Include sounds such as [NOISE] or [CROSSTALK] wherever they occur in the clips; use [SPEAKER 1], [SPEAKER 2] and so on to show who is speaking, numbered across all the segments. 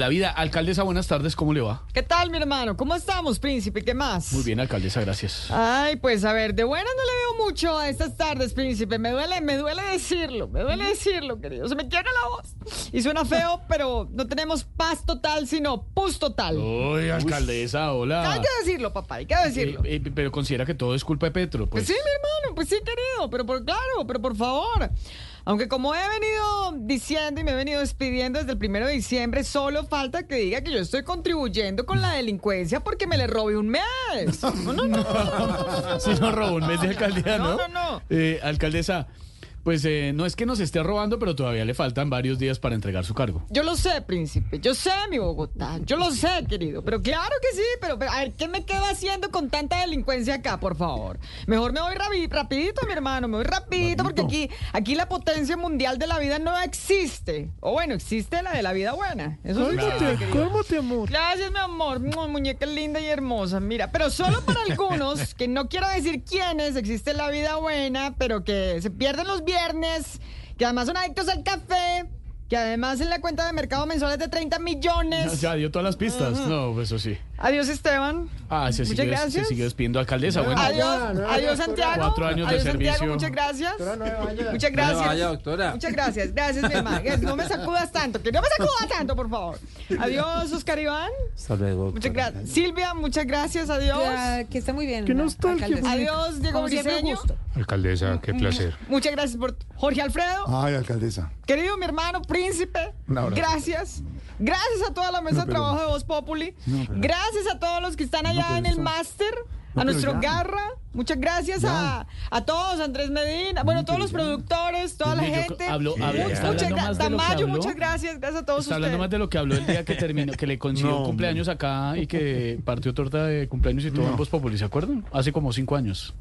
[SPEAKER 1] la vida. Alcaldesa, buenas tardes, ¿cómo le va?
[SPEAKER 2] ¿Qué tal, mi hermano? ¿Cómo estamos, príncipe? ¿Qué más?
[SPEAKER 1] Muy bien, alcaldesa, gracias.
[SPEAKER 2] Ay, pues a ver, de buena no le veo mucho a estas tardes, príncipe. Me duele, me duele decirlo, me duele decirlo, querido. Se me quiebra la voz. Y suena
[SPEAKER 1] [LAUGHS]
[SPEAKER 2] feo, pero no tenemos paz total, sino pus total.
[SPEAKER 1] Uy, alcaldesa, hola.
[SPEAKER 2] Hay que decirlo, papá, hay que decirlo.
[SPEAKER 1] Eh, eh, pero considera que todo es culpa de Petro, pues.
[SPEAKER 2] Pues sí, mi hermano, pues sí, querido, pero por claro, pero por favor. Aunque como he venido diciendo y me he venido despidiendo desde el primero de diciembre, solo falta que diga que yo estoy contribuyendo con la delincuencia porque me le robé un mes.
[SPEAKER 1] [LAUGHS]
[SPEAKER 2] No, no, no.
[SPEAKER 1] [LAUGHS] Si nos robó un mes de alcaldía, ¿no?
[SPEAKER 2] No, no, no.
[SPEAKER 1] Eh, alcaldesa, pues eh, no es que nos esté robando, pero todavía le faltan varios días para entregar su cargo.
[SPEAKER 2] Yo lo sé, príncipe, yo sé mi Bogotá, yo lo sé, querido, pero claro que sí, pero, pero, a ver, ¿qué me quedo haciendo con tanta delincuencia acá, por favor? Mejor me voy rabi- rapidito, mi hermano, me voy rapidito, porque aquí, aquí la potencia mundial de la vida no existe. O bueno, existe la de la vida buena. Eso sí existe, querido.
[SPEAKER 3] amor.
[SPEAKER 2] Gracias, mi amor. Mua, Muñeca linda y hermosa. Mira, pero solo para algunos, que no quiero decir quiénes, existe la vida buena, pero que se pierden los viernes, que además son adictos al café, que además en la cuenta de mercado mensual es de 30 millones.
[SPEAKER 1] Ya dio todas las pistas. No, pues eso sí.
[SPEAKER 2] Adiós, Esteban.
[SPEAKER 1] Ah, se
[SPEAKER 2] Muchas
[SPEAKER 1] sigue, se
[SPEAKER 2] gracias.
[SPEAKER 1] sigue despidiendo, alcaldesa. Bueno,
[SPEAKER 2] Adiós,
[SPEAKER 3] no, no,
[SPEAKER 2] adiós
[SPEAKER 3] no,
[SPEAKER 2] Santiago.
[SPEAKER 1] Cuatro años de
[SPEAKER 2] adiós Santiago,
[SPEAKER 1] servicio.
[SPEAKER 2] muchas gracias. Muchas
[SPEAKER 4] No se vaya,
[SPEAKER 2] gracias.
[SPEAKER 4] doctora.
[SPEAKER 2] Muchas gracias, gracias, mi hermano. No me sacudas tanto, que no me sacudas tanto, por favor. Adiós, Oscar Iván.
[SPEAKER 4] Hasta luego.
[SPEAKER 2] Muchas
[SPEAKER 4] doctora.
[SPEAKER 2] gracias. Silvia, muchas gracias, adiós.
[SPEAKER 5] Ya, que está muy bien.
[SPEAKER 3] Qué nostalgia,
[SPEAKER 5] alcaldesa.
[SPEAKER 3] bonito.
[SPEAKER 2] Adiós, Diego
[SPEAKER 5] Como siempre, un
[SPEAKER 2] Briseño.
[SPEAKER 5] gusto.
[SPEAKER 6] Alcaldesa, qué placer.
[SPEAKER 2] Muchas gracias por Jorge Alfredo,
[SPEAKER 6] Ay, alcaldesa.
[SPEAKER 2] querido mi hermano príncipe.
[SPEAKER 6] Ah. Un abrazo.
[SPEAKER 2] Gracias. Gracias a toda la mesa de
[SPEAKER 6] pero-
[SPEAKER 2] trabajo de Voz Populi.
[SPEAKER 6] No, pero-
[SPEAKER 2] gracias a todos los que están allá
[SPEAKER 6] pero
[SPEAKER 2] en el
[SPEAKER 6] eso-
[SPEAKER 2] máster.
[SPEAKER 6] No,
[SPEAKER 2] a
[SPEAKER 6] pero
[SPEAKER 2] nuestro
[SPEAKER 6] ya.
[SPEAKER 2] Garra, muchas gracias a, a todos, Andrés Medina, bueno, todos
[SPEAKER 6] pero
[SPEAKER 2] los
[SPEAKER 6] ya.
[SPEAKER 2] productores, toda la
[SPEAKER 1] Dios mío, yo
[SPEAKER 2] gente.
[SPEAKER 1] hablo-
[SPEAKER 2] Mu-
[SPEAKER 1] hablo- está
[SPEAKER 2] muchas
[SPEAKER 1] hablando
[SPEAKER 2] gra-
[SPEAKER 1] más de lo que
[SPEAKER 2] Tamayo,
[SPEAKER 1] habló.
[SPEAKER 2] muchas gracias, gracias a todos
[SPEAKER 1] Está
[SPEAKER 2] ustedes.
[SPEAKER 1] hablando más de lo que habló el día que terminó, que le consiguió
[SPEAKER 6] No, hombre.
[SPEAKER 1] cumpleaños acá y que partió torta de cumpleaños y todo en Voz Populi, ¿se acuerdan? Hace como cinco años.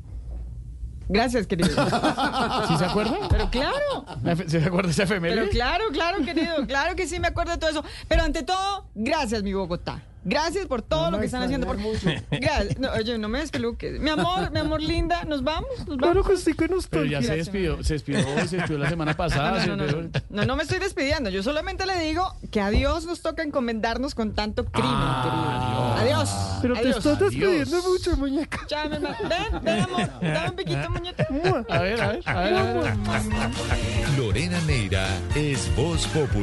[SPEAKER 2] Gracias, querido.
[SPEAKER 1] [LAUGHS] ¿Sí se acuerdan?
[SPEAKER 2] Pero claro.
[SPEAKER 1] ¿Se acuerda ese
[SPEAKER 2] Pero
[SPEAKER 1] efeméride?
[SPEAKER 2] claro, claro, querido, claro que sí me acuerdo de todo eso. Pero ante todo, gracias, mi Bogotá. Gracias por todo lo que están haciendo. Por... Gracias. No, oye, no me despeluques. Mi amor, mi amor linda, ¿nos vamos? ¿Nos
[SPEAKER 3] Claro
[SPEAKER 2] vamos?
[SPEAKER 3] que sí, que
[SPEAKER 1] Pero ya
[SPEAKER 3] nostalgia.
[SPEAKER 1] se despidió, se despidió hoy, se despidió la semana
[SPEAKER 2] No,
[SPEAKER 1] pasada.
[SPEAKER 2] no, no,
[SPEAKER 1] se
[SPEAKER 2] no, no.
[SPEAKER 1] despidió-
[SPEAKER 2] No, no me estoy despidiendo. Yo solamente le digo que a Dios nos toca encomendarnos con tanto crimen, querido. Adiós.
[SPEAKER 3] Ah. Pero te
[SPEAKER 2] Adiós.
[SPEAKER 3] estás despidiendo
[SPEAKER 1] Adiós.
[SPEAKER 3] mucho, muñeca.
[SPEAKER 2] Ya, mi hermano. Ven, ven, amor. Dame un piquito, muñeca.
[SPEAKER 3] Mua.
[SPEAKER 1] A ver, a ver, a ver. A ver.
[SPEAKER 7] Lorena Neira es Voz Populi.